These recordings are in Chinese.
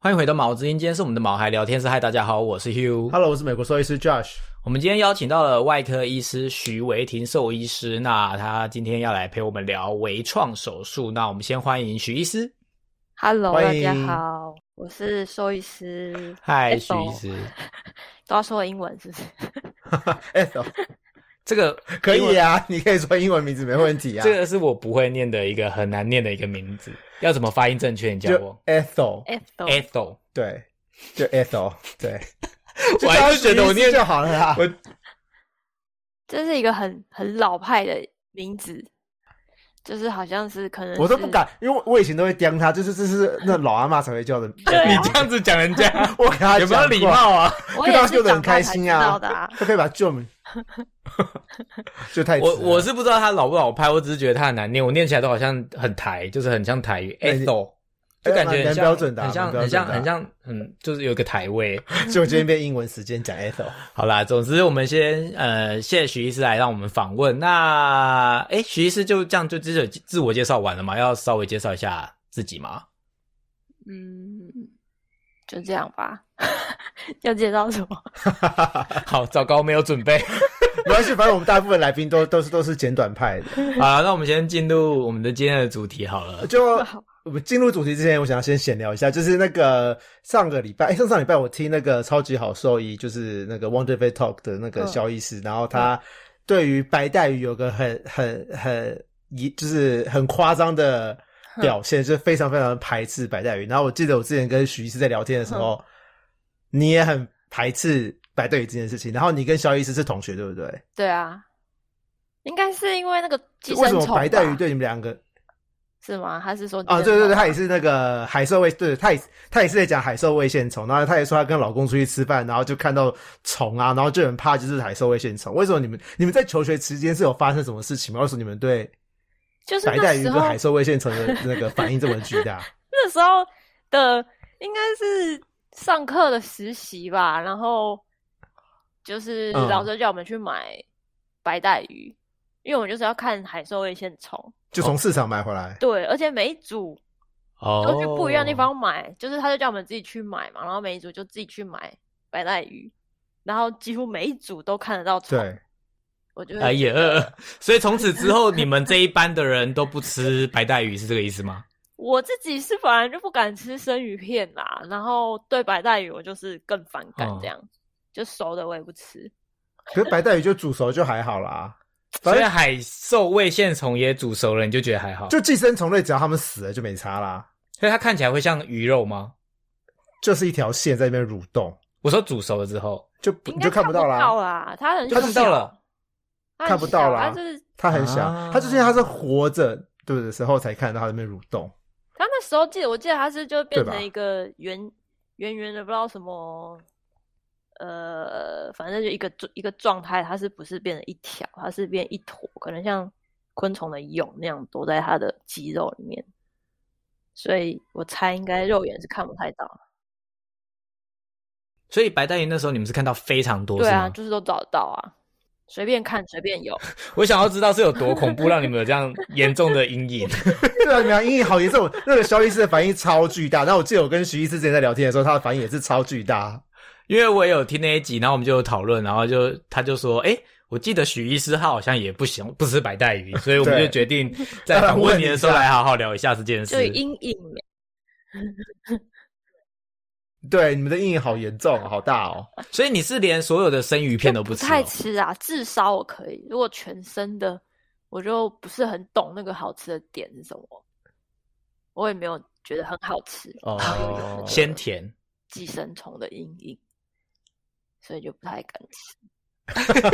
欢迎回到毛之音，今天是我们的毛孩聊天室。嗨，大家好，我是 Hugh。 Hello，我是美国兽医师 Josh。我们今天邀请到了外科医师徐维婷兽医师，那他今天要来陪我们聊微创手术。那我们先欢迎徐医师。 Hello，欢大家迎好，我是兽医师。嗨，徐 Apple 医师， 都要说英文是不 是？哎，这个 可英文以啊，你可以说英文名字没问题啊。这个是我不会念的一个很难念的一个名字，要怎么发音正确？你教就我。 Ethel， F 都 Ethel，对，就 Ethel，对， 我还是觉得我念就叫徐医师就好了啦。我这是一个很很老派的名字，就是好像是可能我都不是敢，因为我以前都会刁他，就是这是那老阿妈才会叫的。对啊你这样子讲人家 我给他有没有讲礼过貌啊？我对也方是就得长很大开才心知道啊的啊，就可以把它 j 就太我迟了 我是不知道他老不老派，我只是觉得他很难念，我念起来都好像很台，就是很像台语那你，Ethel，就感觉蛮很蛮像标准的啊很像蛮标很准的像啊很像，嗯，就是有一个台 味。所以我今天变英文时间讲 Ethel。好啦，总之我们先呃，谢谢徐医师来让我们访问。那诶，徐医师就这样就自自我介绍完了吗？要稍微介绍一下自己吗？嗯，就这样吧。 要介绍什 么？ 好，糟糕，没有准备。 没关系，反正我们大部分来宾都都是都是简短派的。好了，那我们先进入我们的今天的主题好了。就我们进入主题之前，我想要先闲聊一下，就是那个上个礼拜，哎、上上礼拜我听那个超级好兽医，就是那个 Wonder Vet Talk 的那个嗯肖医师，然后他对于白带鱼有个很很很一就是很夸张的表现，就是非常非常排斥白带鱼。然后我记得我之前跟徐医师在聊天的时候，你也很排斥白带鱼这件事情，然后你跟肖医师是同学，对不对？对啊，应该是因为那个寄为什生么虫白带鱼吧对你们两个是吗？他是说啊，对寄生对对，虫她也吧是那个海兽味，对，她也她也是在讲海兽味线虫，然后她也说她跟老公出去吃饭，然后就看到虫啊，然后就很怕，就是海兽味线虫。为什么你们你们在求学期间是有发生什么事情吗？为什么你们对就是白带那鱼时跟候海兽味线虫的那个反应这么巨 大？那时候的应该是上课的实习吧，然后就是嗯老师叫我们去买白带鱼，因为我们就是要看海兽味线虫。就从市场买回来，对，而且每一组哦都去不一样地。方买，就是他就叫我们自己去买嘛，然后每一组就自己去买白带鱼，然后几乎每一组都看得到虫。对，我觉得哎呀， 所以从此之后，你们这一班的人都不吃白带鱼，是这个意思吗？我自己是本来就不敢吃生鱼片啦，然后对白带鱼我就是更反感哦这样，就熟的我也不吃。可是白带鱼就煮熟就还好啦，反所以啊正海兽味线虫也煮熟了，你就觉得还好。就寄生虫类，只要它们死了就没差啦，所以它看起来会像鱼肉吗？就是一条线在那边蠕动，我说煮熟了之后，就不应你该就看不不到到啊啦。啦，它很就看不到小了，它很看不到小啦它是它很小啊，它就是因为它是活着对不对的时候才看到它在那边蠕动。它那时候记得，我记得它是就变对吧成一个圆圆圆的，不知道什么，呃，反正就一个一个状态，它是不是变成一条，它是变一坨，可能像昆虫的蛹那样躲在它的肌肉里面，所以我猜应该肉眼是看不太到。所以白带鱼那时候你们是看到非常多，对是啊，吗？就是都找得到啊，随便看随便 有。我想要知道是有多恐怖，让你们有这样严重的阴 影。对啊，你们阴影好严重。那个肖医师的反应超巨大。那我记得我跟徐医师之前在聊天的时候，他的反应也是超巨大。因为我也有听那一集，然后我们就有讨论，然后就他就说，哎、我记得许医师他好像也不行，不吃白带 鱼，所以我们对就决定在访问你的时候来好好聊一下这件就事。阴影没对，你们的阴影好严重，好大哦。所以你是连所有的生鱼片都不吃、太哦？吃啊，至少我可以。如果全身的，我就不是很懂那个好吃的点是什么，我也没有觉得很好吃，哦然后又有那个鲜甜。寄生虫的阴影，所以就不太敢吃。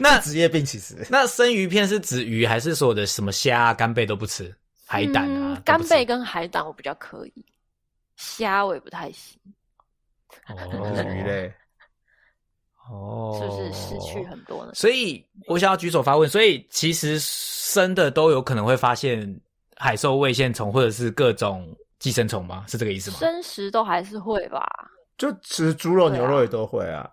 那职业病其实那生鱼片是指鱼还是所有的什么虾、啊干贝都不吃？海胆啊，嗯干都不吃贝跟海胆我比较可以，虾我也不太行，就是鱼哦类，哦，是不是失去很多呢？所以我想要举手发问，所以其实生的都有可能会发现海兽胃线虫或者是各种寄生虫吗？是这个意思吗？生食都还是会吧，就吃猪肉、对啊牛肉也都会啊。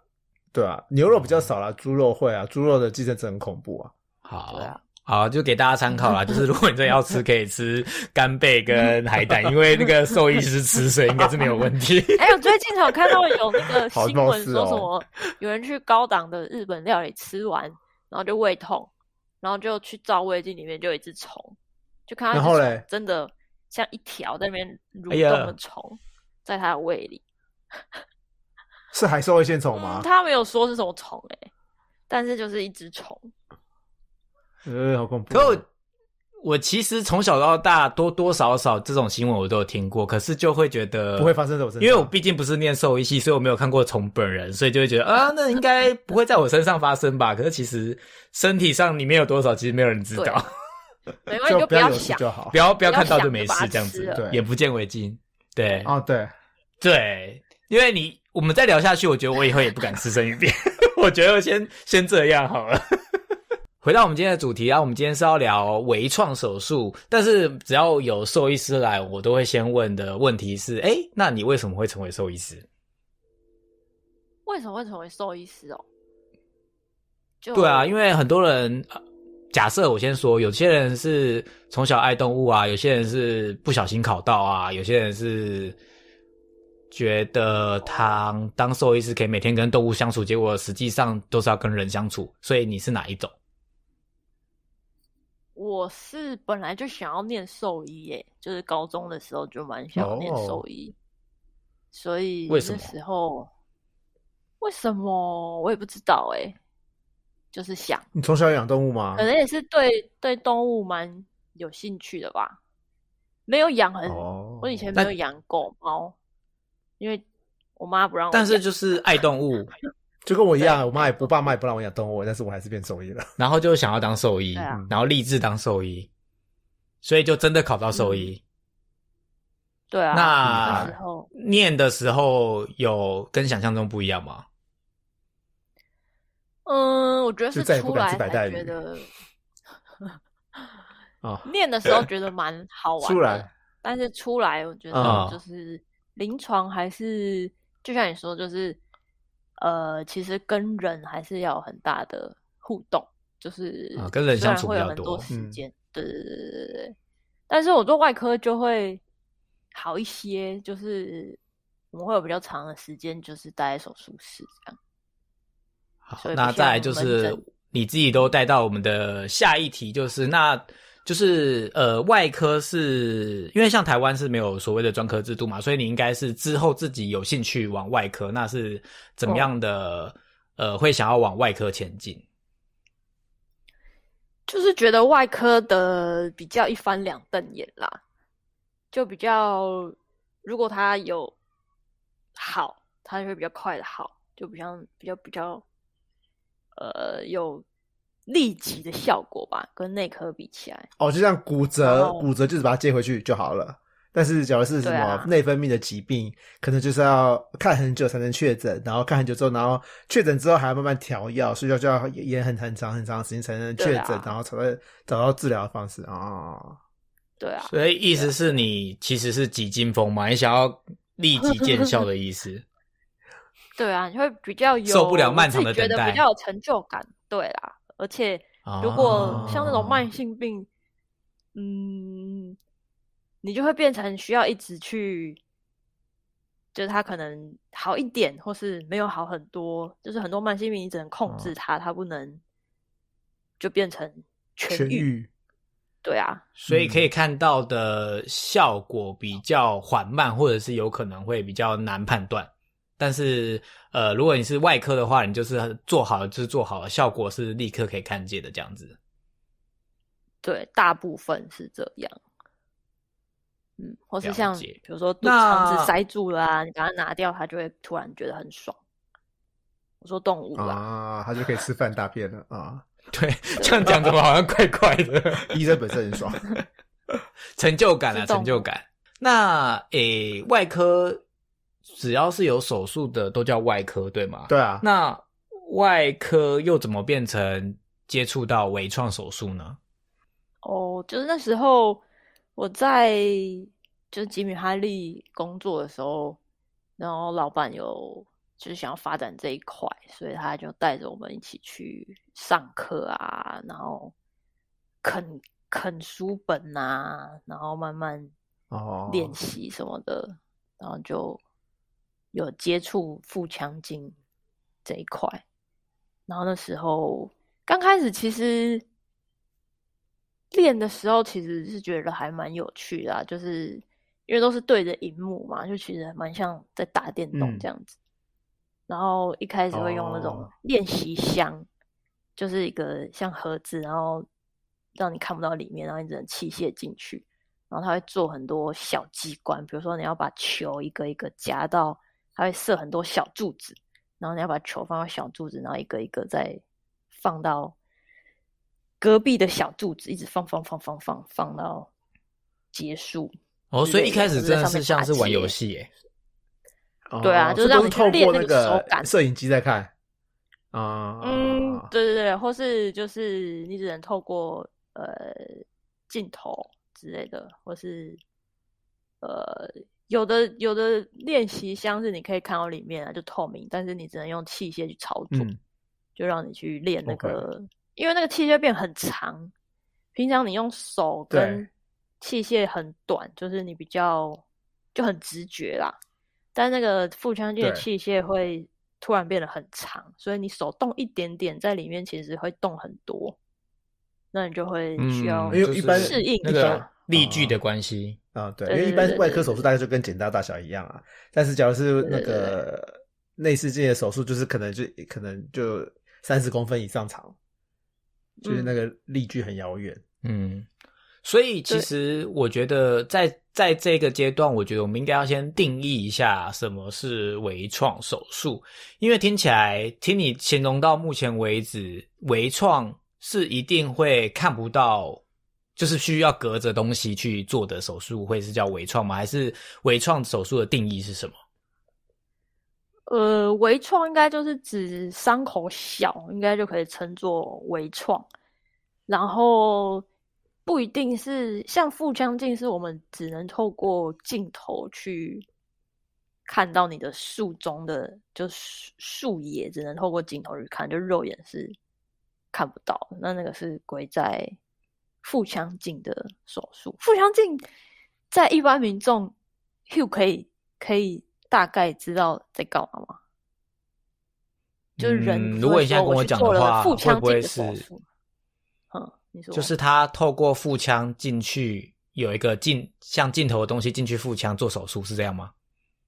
对啊，牛肉比较少啦，猪肉会啊，猪肉的寄生虫很恐怖啊。好对啊，好，就给大家参 考啦。就是如果你真的要吃，可以吃干贝跟海胆， 因为那个兽医师吃水应该是没有问 题。哎、我最近才有看到有那个好新貌闻似说哦什么，有人去高档的日本料理吃完，然后就胃痛，然后就去照胃镜，里面就有一只虫，就看到一然后只嘞虫真的像一条在那边蠕哎呀动的虫，在他的胃里。是海兽会线虫嗯，吗？他没有说是什么虫哎、但是就是一只虫。呃，好恐怖可哦。我我其实从小到大多多少少这种新闻我都有听过，可是就会觉得不会发生在我身因上，为我毕竟不是念兽医系，所以我没有看过虫本人，所以就会觉得啊，那应该不会在我身上发生吧？可是其实身体上里面有多少，其实没有人知 对啊 道，没关系，就不不要要有事想。就好不。要不要不要看到想就就没把事它，这样吃子了对眼不见为净。对哦，对，对，因为你我们再聊下去，我觉得我以后也不敢吃生鱼片， 我觉得先先这样好了。 回到我们今天的主题啊，我们今天是要聊微创手术，但是只要有兽医师来，我都会先问的问题是：哎，那你为什么会成为兽医师？为什么会成为兽医师哦？就对啊，因为很多人，呃假设我先说，有些人是从小爱动物啊，有些人是不小心考到啊，有些人是觉得他当兽医师可以每天跟动物相处，结果实际上都是要跟人相处。所以你是哪一种？我是本来就想要念兽医耶，就是高中的时候就蛮想要念兽医，所以哦为什么那时候为什么我也不知道哎，就是想，你从小有养动物吗可？能也是对对动物蛮有兴趣的吧。没有养很，哦我以前那没有养狗猫，因为我妈不让我养。但是就是爱动物，就跟我一样，我妈也不，爸妈也不让我养动物，但是我还是变兽医了。然后就想要当兽医，对啊然后立志当兽医，所以就真的考到兽医。对啊，那那时候念的时候有跟想象中不一样吗？嗯，我觉得就是再也不出敢来吃白带才鱼觉得啊， 念的时候觉得蛮好玩的，出来但是出来我觉得啊就是临床还是、就像你说，就是呃，其实跟人还是要有很大的互动，就是、啊跟人相处虽然比较会有很多多时嗯间，对对对对对对对。但是我做外科就会好一些，就是我们会有比较长的时间，就是待在手术室这样。好所，以不那需再要来就门是诊你自己都带到我们的下一题，就是那就是呃，外科是因为像台湾是没有所谓的专科制度嘛，所以你应该是之后自己有兴趣往外科，那是怎么样的、哦呃，会想要往外科前进？就是觉得外科的比较一翻两瞪眼啦，就比较如果他有好，他就会比较快的好，就比较比较比较呃有立即的效果吧，跟内科比起来，哦，就像骨折，哦骨折就是把它接回去就好了。但是，假如是什对么啊内分泌的疾病，可能就是要看很久才能确诊，然后看很久之后，然后确诊之后还要慢慢调药，所以就要延很很长很长的时间才能确对啊诊，然后才会找到治疗的方式哦。对啊，所以意思是你其实是几经风嘛，你想要立即见效的意思。对啊，你会比较有受不了漫长的我自己觉等得待比较有成就感，对啦，而且 啊如果像哦那种慢性病，嗯，你就会变成需要一直去，就是它可能好一点，或是没有好很多，就是很多慢性病你只能控啊制它，它不能就变成痊痊愈。愈，对啊，所以可以看到的效果比较缓慢，或者是有可能会比较难判断。但是，呃，如果你是外科的话，你就是做好了就是做好了，效果是立刻可以看见的这样子。对，大部分是这样。嗯，或是了像解比如说肚那肠子塞住了啊，你把它拿掉，它就会突然觉得很爽。我说动物 啦，啊，他就可以吃饭大便了啊！对， 这样讲怎么好像怪怪 的？医生本身很 爽，成就感啊，自动成就感。那诶、外科只要是有手术的都叫外科，对吗？。对啊，那外科又怎么变成接触到微创手术呢？哦，就是那时候我在就是吉米哈利工作的时候，然后老板有就是想要发展这一块，所以他就带着我们一起去上课啊，然后啃啃书本啊，然后慢慢哦，练习什么的，然后就有接触腹腔镜这一块。然后那时候刚开始其实练的时候，其实是觉得还蛮有趣的、啊，就是因为都是对着荧幕嘛，就其实蛮像在打电动嗯这样子。然后一开始会用那种哦练习箱，就是一个像盒子，然后让你看不到里面，然后你只能器械进去。然后它会做很多小机关，比如说你要把球一个一个夹到，它会设很多小柱子，然后你要把球放到小柱子，然后一个一个再放到隔壁的小柱子，一直放放放放放放到结束。哦，所以一之类开的始就是真的在上面是像打是玩结游戏耶。对啊哦就所是以让都你去透练过那那个手个感摄影机在看啊。嗯，对对对，或是就是你只能透过呃镜头之类的，或是呃有的有的练习箱是你可以看到里面啊，就透明，但是你只能用器械去操作，嗯就让你去练那 OK 个因为那个器械变很长，平常你用手对跟器械很短，就是你比较就很直觉啦。但那个腹腔镜的对器械会突然变得很长，所以你手动一点点在里面，其实会动很多，那你就会需要因为一般适应嗯那一个下例句的关系，啊，对，对因为对一般对外对科手术大概就跟减大大小一样啊，但是假如是那对对对个内视镜的手术，就是可能就可能就三十公分以上长，嗯就是那个力距很遥远。嗯，所以其对实我觉得在在这个阶段，我觉得我们应该要先定义一下什么是微创手术，因为听起来听你形容到目前为止，微创是一定会看不到，就是需要隔着东西去做的手术，会是叫微创吗？还是微创手术的定义是什么？呃，微创应该就是指伤口小，应该就可以称作微创。然后不一定是像腹腔镜，是我们只能透过镜头去看到你的术中的，就是术野只能透过镜头去看，就肉眼是看不到的。那那个是归在腹腔镜的手术。腹腔镜在一般民众，Hugh 可以可以大概知道在干嘛吗？就是人嗯不如果会你现在说跟我去讲做的了话腹会腔不镜会的手是术，嗯，你说就是他透过腹腔进去，有一个镜像镜头的东西进去腹腔做手术，是这样吗？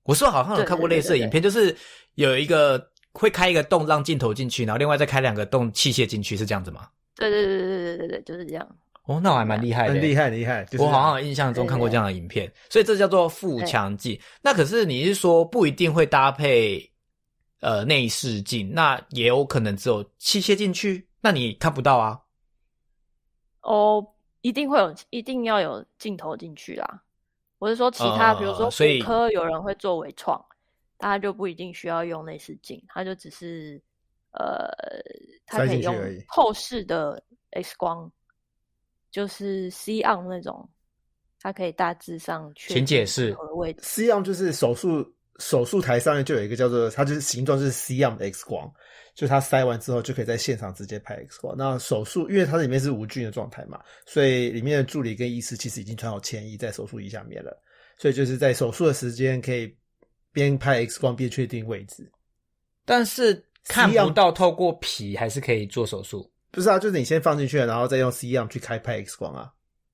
我是不是好像有看过类似的影片，就是有一个会开一个洞让镜头进去，然后另外再开两个洞器械进去，是这样子吗？对对对对对对对，就是这样。哦，那我还蛮厉害的，很厉。害，很厉害。就是我好像有印象中看过这样的影片，所以这叫做腹腔镜。那可是你是说不一定会搭配呃内视镜，那也有可能只有器械进去，那你看不到啊。哦，一定会有，一定要有镜头进去啦。我是说其他，比如说呃所以骨科有人会做微创，大家就不一定需要用内视镜，他就只是呃，他塞可以进去用而已透视的 X 光，就是 C on 那种，它可以大致上确请解定释何位置。 C arm 就是手术手术台上面就有一个叫做它就是形状就是 C arm 的 X 光，就它塞完之后就可以在现场直接拍 X 光。那手术因为它里面是无菌的状态嘛，所以里面的助理跟医师其实已经穿好铅衣在手术衣下面了，所以就是在手术的时间可以边拍 X 光边确定位置。但是看西药不到，透过皮还是可以做手术。不是啊，就是你先放进去了，然后再用 C arm 去开拍 X 光啊，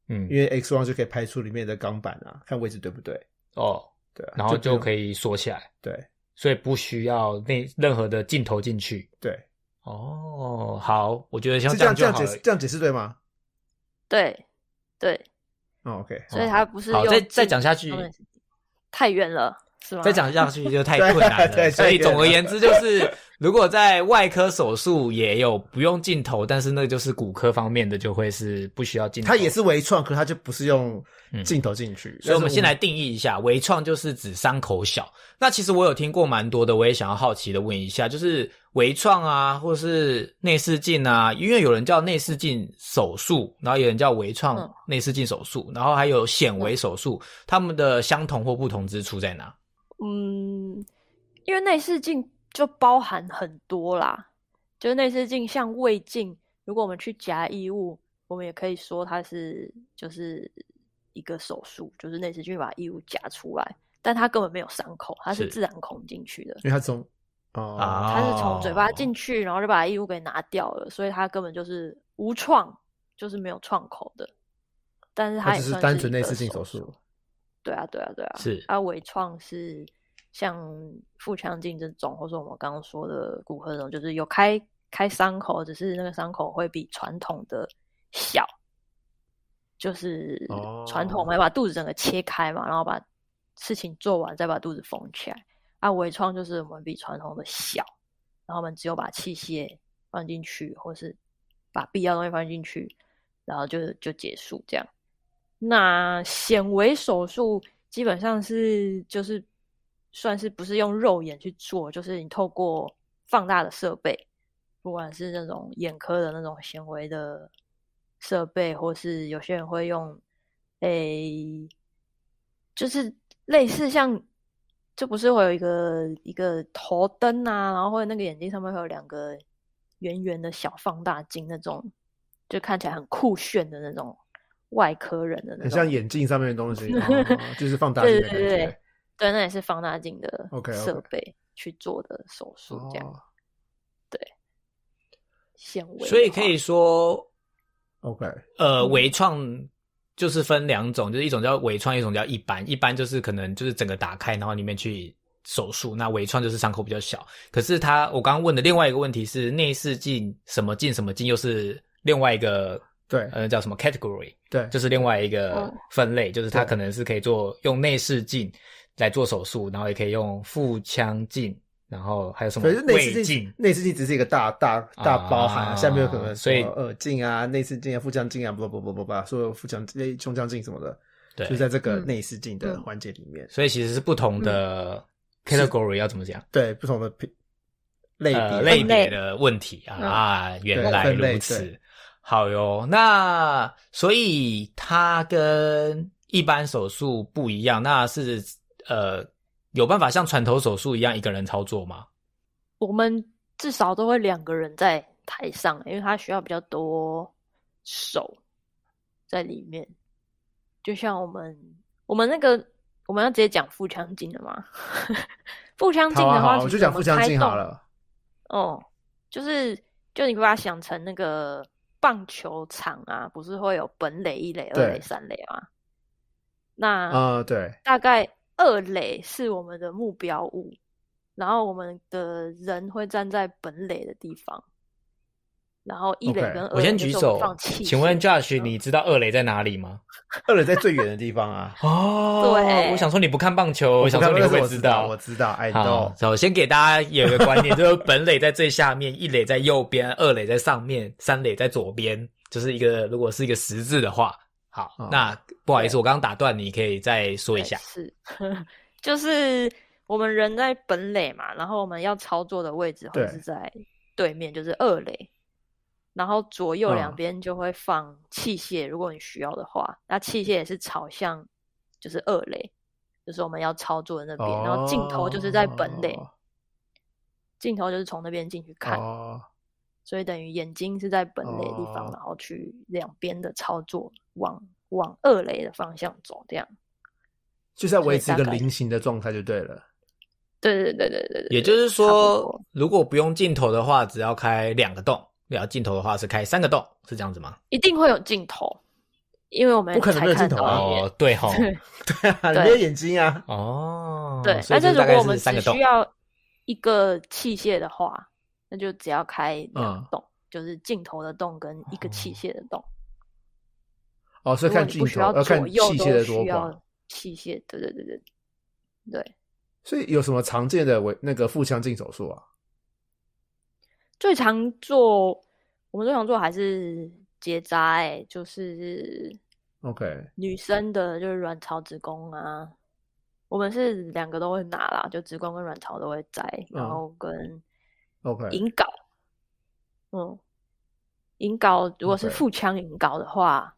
嗯因为 X 光就可以拍出里面的钢板啊，看位置对不对？哦，对啊，然后就可以以缩起来，对所以不需要那任何的镜头进去。对，哦，好，我觉得像是这样这就样好解了释。这样解释对吗？对对，哦，OK，所以它不是好，用哦再再镜讲下去头，的太远了，是吗？再讲下去就太困难 对了。所以对对总而言之，就是如果在外科手术也有不用镜头，但是那就是骨科方面的就会是不需要镜头。它也，是微创，可它就不是用嗯镜头进去。所以我们但是先来定义一下，微创就是指伤口小。那其实我有听过蛮多的，我也想要好奇的问一下，就是微创啊，或是内视镜啊，因为有人叫内视镜手术，然后有人叫微创嗯内视镜手术，然后还有显微手术，他们的相同或不同之处在哪？嗯，因为内视镜就包含很多啦，就是内视镜像胃镜，如果我们去夹衣物，我们也可以说它是就是一个手术，就是内视菌把异物夹出来，但它根本没有伤口，它是是自然孔进去的。因为它从哦啊它是从嘴巴哦进去，然后就把异物给拿掉了，所以它根本就是无创，就是没有创口的。但是它它只也是算单是纯一内个视镜手术术。。对啊，对啊，对啊。哦是啊，微创是像腹腔镜这种，或是我们刚刚说的骨科这种，就是有开开伤口，只是那个伤口会比传统的小。就是传统，我们要把肚子整个切开嘛，然后把事情做完，再把肚子缝起来。啊，微创就是我们比传统的小，然后我们只有把器械放进去，或是把必要东西放进去，然后就就结束这样。那显微手术基本上是就是算是不是用肉眼去做，就是你透过放大的设备，不管是那种眼科的那种显微的设备，或是有些人会用，诶、就是类似像，这不是会有一个一个头灯啊，然后或者那个眼睛上面会有两个圆圆的小放大镜那种，就看起来很酷炫的那种外科人的那很种，像眼镜上面的东西，哦就是放大镜对的对感对对觉。对，那也是放大镜的 OK，OK 设备去做的手术，这样哦显微的话，所以可以说， ，OK，呃，嗯微创就是分两种，就是一种叫微创，一种叫一般。一般就是可能就是整个打开，然后里面去手术。那微创就是伤口比较小。可是他，我刚刚问的另外一个问题是内视镜什么镜什么镜，又是另外一个对呃叫什么 category，对，就是另外一个嗯分类，就是它对可能是可以做用内视镜来做手术，然后也可以用腹腔镜，然后还有什么可是内胃视镜镜，。内视镜只是一个大大大包含啊啊，下面有可能所以什么耳镜啊、内视镜啊、腹腔镜啊，不不不不不，所有腹腔内胸腔镜什么的，对就，在这个嗯内视镜的嗯环节里面，所以其实是不同嗯的 category 要怎么讲？对不同的品类呃别类分类别的问题啊嗯啊，原对来分类如此对。好哟，那所以它跟一般手术不一样，那是呃有办法像船头手术一样一个人操作吗？我们至少都会两个人在台上，因为它需要比较多手在里面。就像我们我们那个我们要直接讲腹腔镜了吗？ 腹腔镜好啊的好话，啊，其我实就讲我腹们腔开镜好动。啊了。哦，就是就你把它想成那个棒球场啊，不是会有本垒、一垒、二垒、对三垒吗？那啊，对，大概二垒是我们的目标物，然后我们的人会站在本垒的地方，然后一垒 OK，跟二我先垒就举是手们放，器请问械 Josh，你知道二垒在哪里吗？。二垒在最远的地方啊哦，对我想说你不看棒球，我想说你会不我会知道？我知道，I 哎好 know，。首先给大家有一个观念，就是本垒在最下面，一垒在右边，二垒在上面，三垒在左边，就是一个如果是一个十字的话。好，哦那不好意思，我刚刚打断你，可以再说一下。是， 就是我们人在本垒嘛，然后我们要操作的位置会对是在对面，就是二垒，然后左右两嗯边就会放器械，如果你需要的话，那器械也是朝向就是二垒，就是我们要操作的那边，然后镜头就是在本垒，哦镜头就是从那边进去看，哦，所以等于眼睛是在本垒的地方，哦然后去两边的操作往往二垒的方向走，这样。就是要维持一个所以大概菱形的状态就对了。对对对对对对，也就是差不说多，如果不用镜头的话，只要开两个洞；要镜头的话是开三个洞，是这样子吗？一定会有镜头，因为我们不可能才没有看镜头到啊里面哦，对 吼，对对啊，你没有眼睛啊。哦，对，所以但就是如大果概我们是三只个洞需。要一个器械的话，那就只要开两嗯洞，就是镜头的洞跟一个器械的洞。哦，所以如果看你镜不需头要要看左右器都械的多需广。要器械，对对对对对，所以有什么常见的为那个腹腔镜手术啊？最常做我们最常做还是结扎，哎，就是 OK，女生的就是卵巢、子宫啊，我们是两个都会拿啦，就子宫跟卵巢都会摘，然嗯后跟 OK 引睾，嗯，引睾如果是 OK 腹腔引睾的话，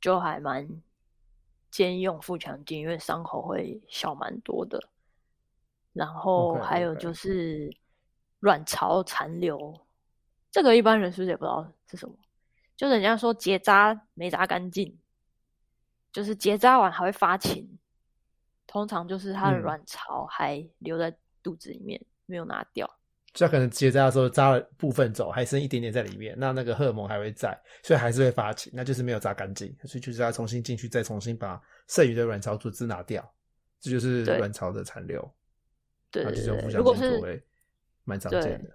就还蛮兼用腹腔镜，因为伤口会小蛮多的。然后 OK，还有 OK 就是卵巢残留，这个一般人是不是也不知道是什么？就人家说结扎没扎干净，就是结扎完还会发情，通常就是它的嗯卵巢还留在肚子里面没有拿掉。就它可能结扎的时候扎了部分走，还剩一点点在里面，那那个荷尔蒙还会在，所以还是会发情，那就是没有扎干净，所以就是要重新进去，再重新把剩余的卵巢组织拿掉，这就是对卵巢的残留，对那对就是用腹对，腔如果镜作是为蛮常对见的。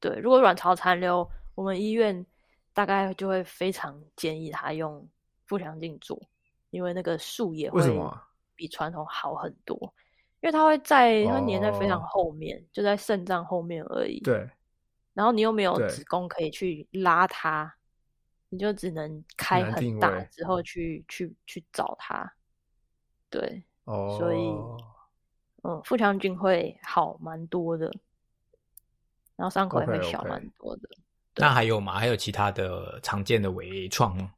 对，如果卵巢残留，我们医院大概就会非常建议他用腹腔镜做，因为那个术也为会什么啊比传统好很多，因为它会在它会粘在非常哦后面，就在肾脏后面而已。，对，然后你又没有对子宫可以去拉它，你就只能开难很定大位之后去去去找它。对，哦，所以嗯，腹腔镜会好蛮多的，然后伤口也会小 OK，OK 蛮多的。那还有吗？还有其他的常见的微创吗？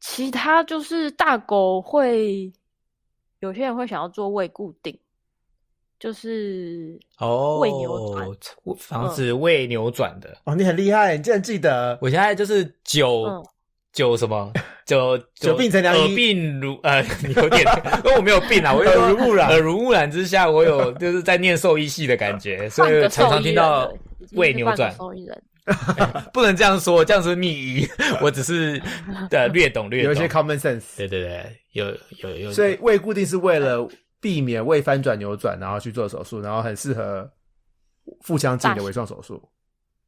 其他就是大狗会，有些人会想要做胃固定，就是哦，胃扭转，防止胃扭转的。哦，你很厉害，你竟然记得，我现在就是酒嗯酒什么 酒久病成良医耳鬓如呃， 有点，因为我没有病啊，我有 耳濡目染耳濡目染之下，我有就是在念兽医系的感觉，所半以个常常受益听人到了已经胃是扭半个转，受益人不能这样说，这样是密医， 我只是呃略懂略懂，有一些 common sense，对对对，有有有，所以胃固定是为了避免胃翻转扭转，然后去做手术，然后很适合腹腔镜的微创手术。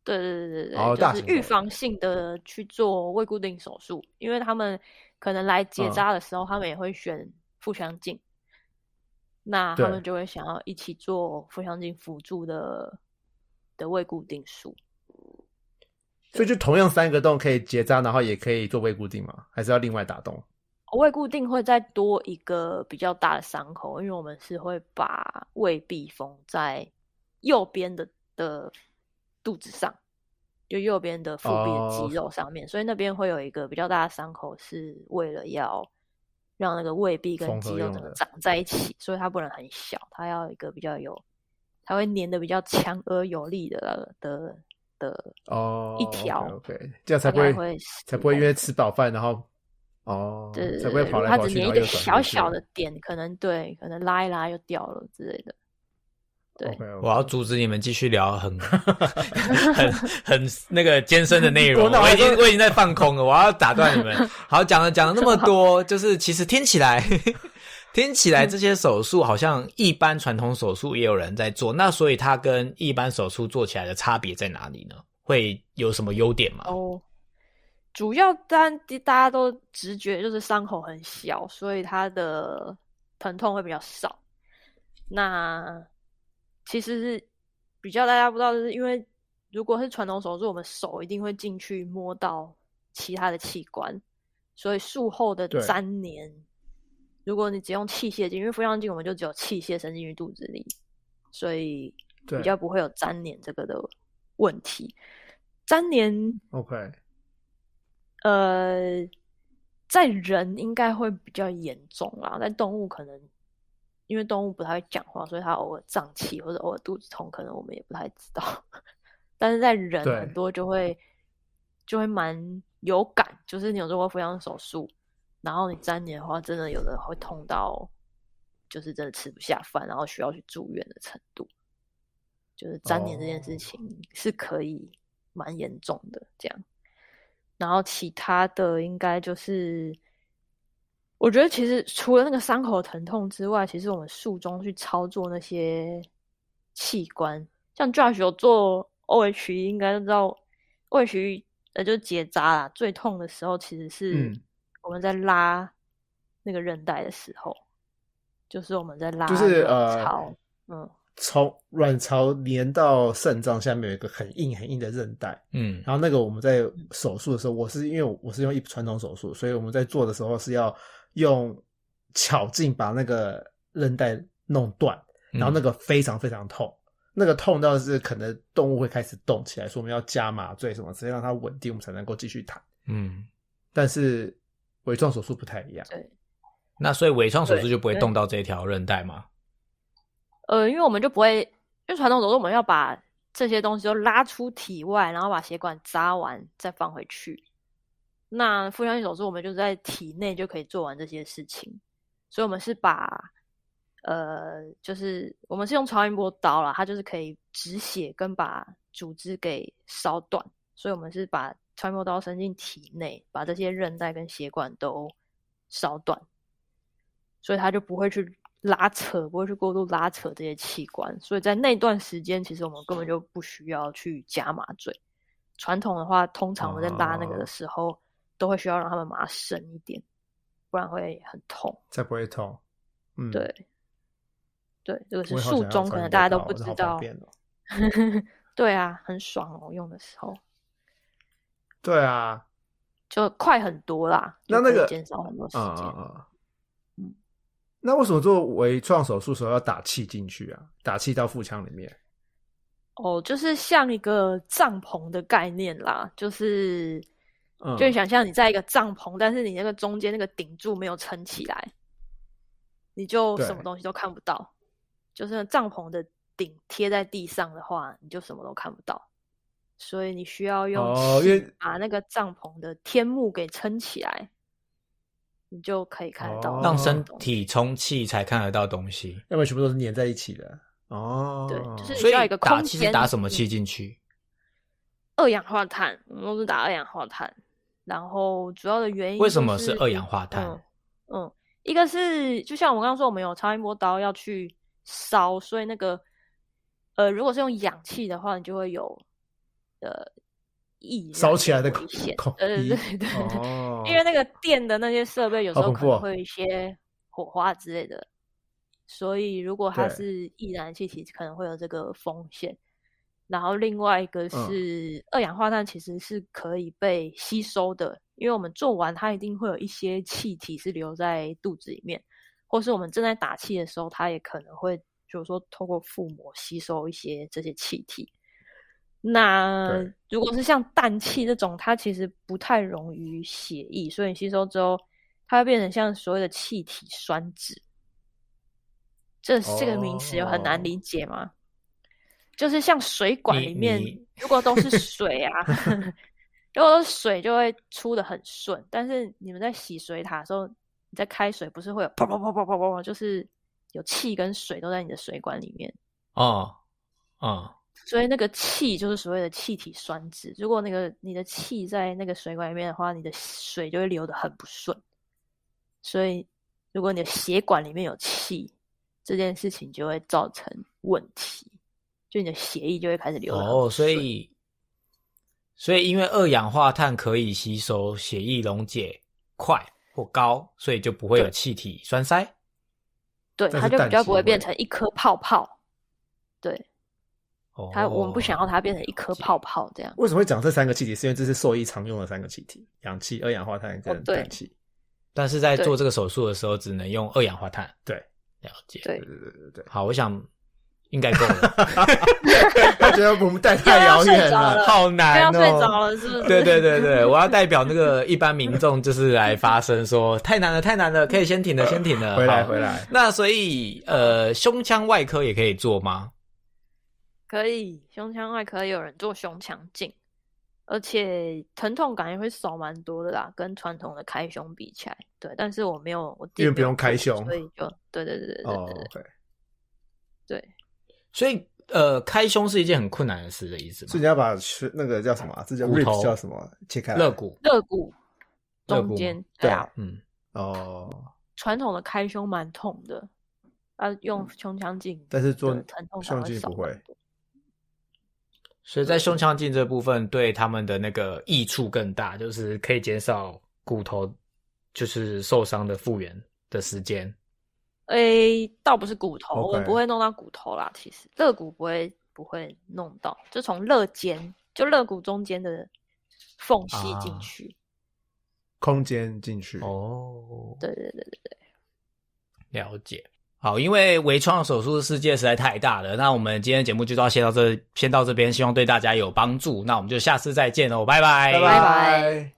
对对对对对，哦大就是型预手术防性的去做胃固定手术，因为他们可能来结嗯扎的时候，他们也会选腹腔镜，那他对们就会想要一起做腹腔镜辅助的的胃固定术。所以就同样三个洞可以结扎，然后也可以做胃固定嘛，还是要另外打洞？胃固定会再多一个比较大的伤口，因为我们是会把胃壁封在右边的的肚子上，就右边的腹壁的哦肌肉上面所以那边会有一个比较大的伤口，是为了要让那个胃壁跟缝合肌肉用整个的长在一起，所以它不能很小，它要一个比较有，它会粘的比较强而有力的呃的的，哦，一条 OK，, o k 这样才不大概会会才不会使因用为吃饱饭然后哦对对才不对会如跑果来它跑只去，粘然后一个又转小小的点，可能对，可能拉一拉又掉了之类的。对 OK，我要阻止你们继续聊 很很很那个艰深的内容，我脑我海已经中我已经在放空了，我要打断你们。好，讲了讲了那么多，就是其实听起来 听起来这些手术好像一般传统手术也有人在做，那所以它跟一般手术做起来的差别在哪里呢？会有什么优点吗？哦，主要单大家都直觉就是伤口很小，所以它的疼痛会比较少。那其实是比较大家不知道，就是因为如果是传统手术，我们手一定会进去摸到其他的器官，所以术后的对粘连，如果你只用器械进，因为腹腔镜我们就只有器械伸进去肚子里，所以对比较不会有粘连这个的问题。粘连 OK，呃，在人应该会比较严重啦，在动物可能因为动物不太会讲话，所以它偶尔胀气或者偶尔肚子痛，可能我们也不太知道。 但是在人对很多就会就会蛮有感，就是你有做过腹腔手术，然后你粘连的话，真的有的会痛到就是真的吃不下饭，然后需要去住院的程度。就是粘连这件事哦情是可以蛮严重的这样。然后其他的应该就是，我觉得其实除了那个伤口疼痛之外，其实我们术中去操作那些器官，像 Josh 有做 OHE，应该都知道 OHE 呃就是结扎啦，最痛的时候其实是嗯我们在拉那个韧带的时候，就是我们在拉就是卵呃巢，嗯。从卵巢连到肾脏下面有一个很硬很硬的韧带，嗯，然后那个我们在手术的时候，我是因为我是用一传统手术，所以我们在做的时候是要用巧劲把那个韧带弄断，嗯然后那个非常非常痛，那个痛到是可能动物会开始动起来，说我们要加麻醉什么，直接让它稳定，我们才能够继续谈。嗯，但是微创手术不太一样，对，那所以微创手术对就不会对动到这条韧带吗？呃，因为我们就不会，因为传统手术我们要把这些东西都拉出体外，然后把血管扎完再放回去。那腹腔镜手术我们就是在体内就可以做完这些事情，所以我们是把呃，就是我们是用超音波刀啦，它就是可以止血跟把组织给烧断，所以我们是把超音波刀伸进体内，把这些韧带跟血管都烧断，所以它就不会去拉扯，不会去过度拉扯这些器官，所以在那段时间，其实我们根本就不需要去加麻醉。传统的话，通常我们在拉那个的时候，都会需要让他们麻深一点，不然会很痛。才不会痛。嗯，对，对，这个是我也好想术要中，可穿能一大家个都刀不我知好方道。便哦 对啊，很爽哦，用的时候对啊，就快很多啦，那就可那以个减少很多时啊间。啊啊！嗯嗯，那为什么做微创手术时候要打气进去啊？打气到腹腔里面？哦，就是像一个帐篷的概念啦，就是嗯，就你想象你在一个帐篷，但是你那个中间那个顶柱没有撑起来，你就什对么东西都看不到。就是那帐篷的顶贴在地上的话，你就什么都看不到。所以你需要用哦因为气把那个帐篷的天幕给撑起来，你就可以看得到哦让什么身东西。体充气才看得到东西。要不然全部都是粘在一起的。哦，对就是所以需要一个打空气是间打什么气进去？二氧化碳，我们都是打二氧化碳。然后主要的原因为什么就是二氧化碳？嗯嗯，一个是就像我刚刚说，我们有超音波刀要去烧，所以那个呃，如果是用氧气的话，你就会有呃易燃 烧起来的危险恐。呃，对疑对对，哦，因为那个电的那些设备有时好候恐可怖哦能会有一些火花之类的，所以如果它对是易燃气体，可能会有这个风险。然后另外一个嗯是二氧化碳，其实是可以被吸收的，因为我们做完它一定会有一些气体是留在肚子里面，或是我们正在打气的时候，它也可能会就是说透过腹膜吸收一些这些气体。那对如果是像氮气这种，它其实不太溶于血液，所以你吸收之后，它会变成像所谓的气体酸酯。这这个名词有很哦难理解吗？就是像水管你里面你，如果都 是水啊， 如果都是水就会出的很顺，但是你们在洗水塔的时候，你在开水不是会有砰砰砰砰砰砰砰，就是有气跟水都在你的水管里面。哦，哦，所以那个气就是所谓的气体酸酯。如果那个你的气在那个水管里面的话，你的水就会流得很不顺。所以，如果你的血管里面有气，这件事情就会造成问题，就你的血液就会开始流得很哦，所不顺以，所以因为二氧化碳可以吸收，血液溶解快或高，所以就不会有对气体栓塞。对但它是就氮比较气不会味变成一颗泡泡。对哦，它，我们不想要它变成一颗泡泡这样。为什么会讲这三个气体？是因为这是兽医常用的三个气体：氧气、二氧化碳哦跟对氮气。 但是在对做这个手术的时候，只能用二氧化碳。对，了解。对对，对对对好，我想应该够 了，对，我觉得我们带太又要遥 远睡着了了。好快难要哦。睡着 了，是不是？对对对对，我要代表那个一般民众，就是来发声说太难了，太难了，可以先停了，先停了。回来好回来，那所以呃，胸腔外科也可以做吗？ 可以，胸腔外科也有人做胸腔镜，而且疼痛感也会少蛮多的啦，跟传统的开胸比起来，对。但是我没有，我自己因为不没有用开做胸所以就对对对对对哦对对，对，对，所以呃，开胸是一件很困难的事的意思所吗？以你要把那个叫什么啊？这叫骨 ribs 头叫什么？切开来肋骨，肋骨肋中骨间吗，对啊，嗯，哦，传统的开胸蛮痛的，啊，用胸腔镜的但是做疼痛胸感会镜少不会很多。所以在胸腔镜这部分对他们的那个益处更大，就是可以减少骨头就是受伤的复原的时间。诶，倒不是骨头，我们 OK 不会弄到骨头啦。其实肋骨不会不会弄到，就从肋间，就肋骨中间的缝隙进啊去。空间进嗯去。哦，对对对对对，了解。好，因为微创手术的世界实在太大了，那我们今天节目就到先到这，先到这边，希望对大家有帮助。那我们就下次再见喽，拜拜，拜拜拜。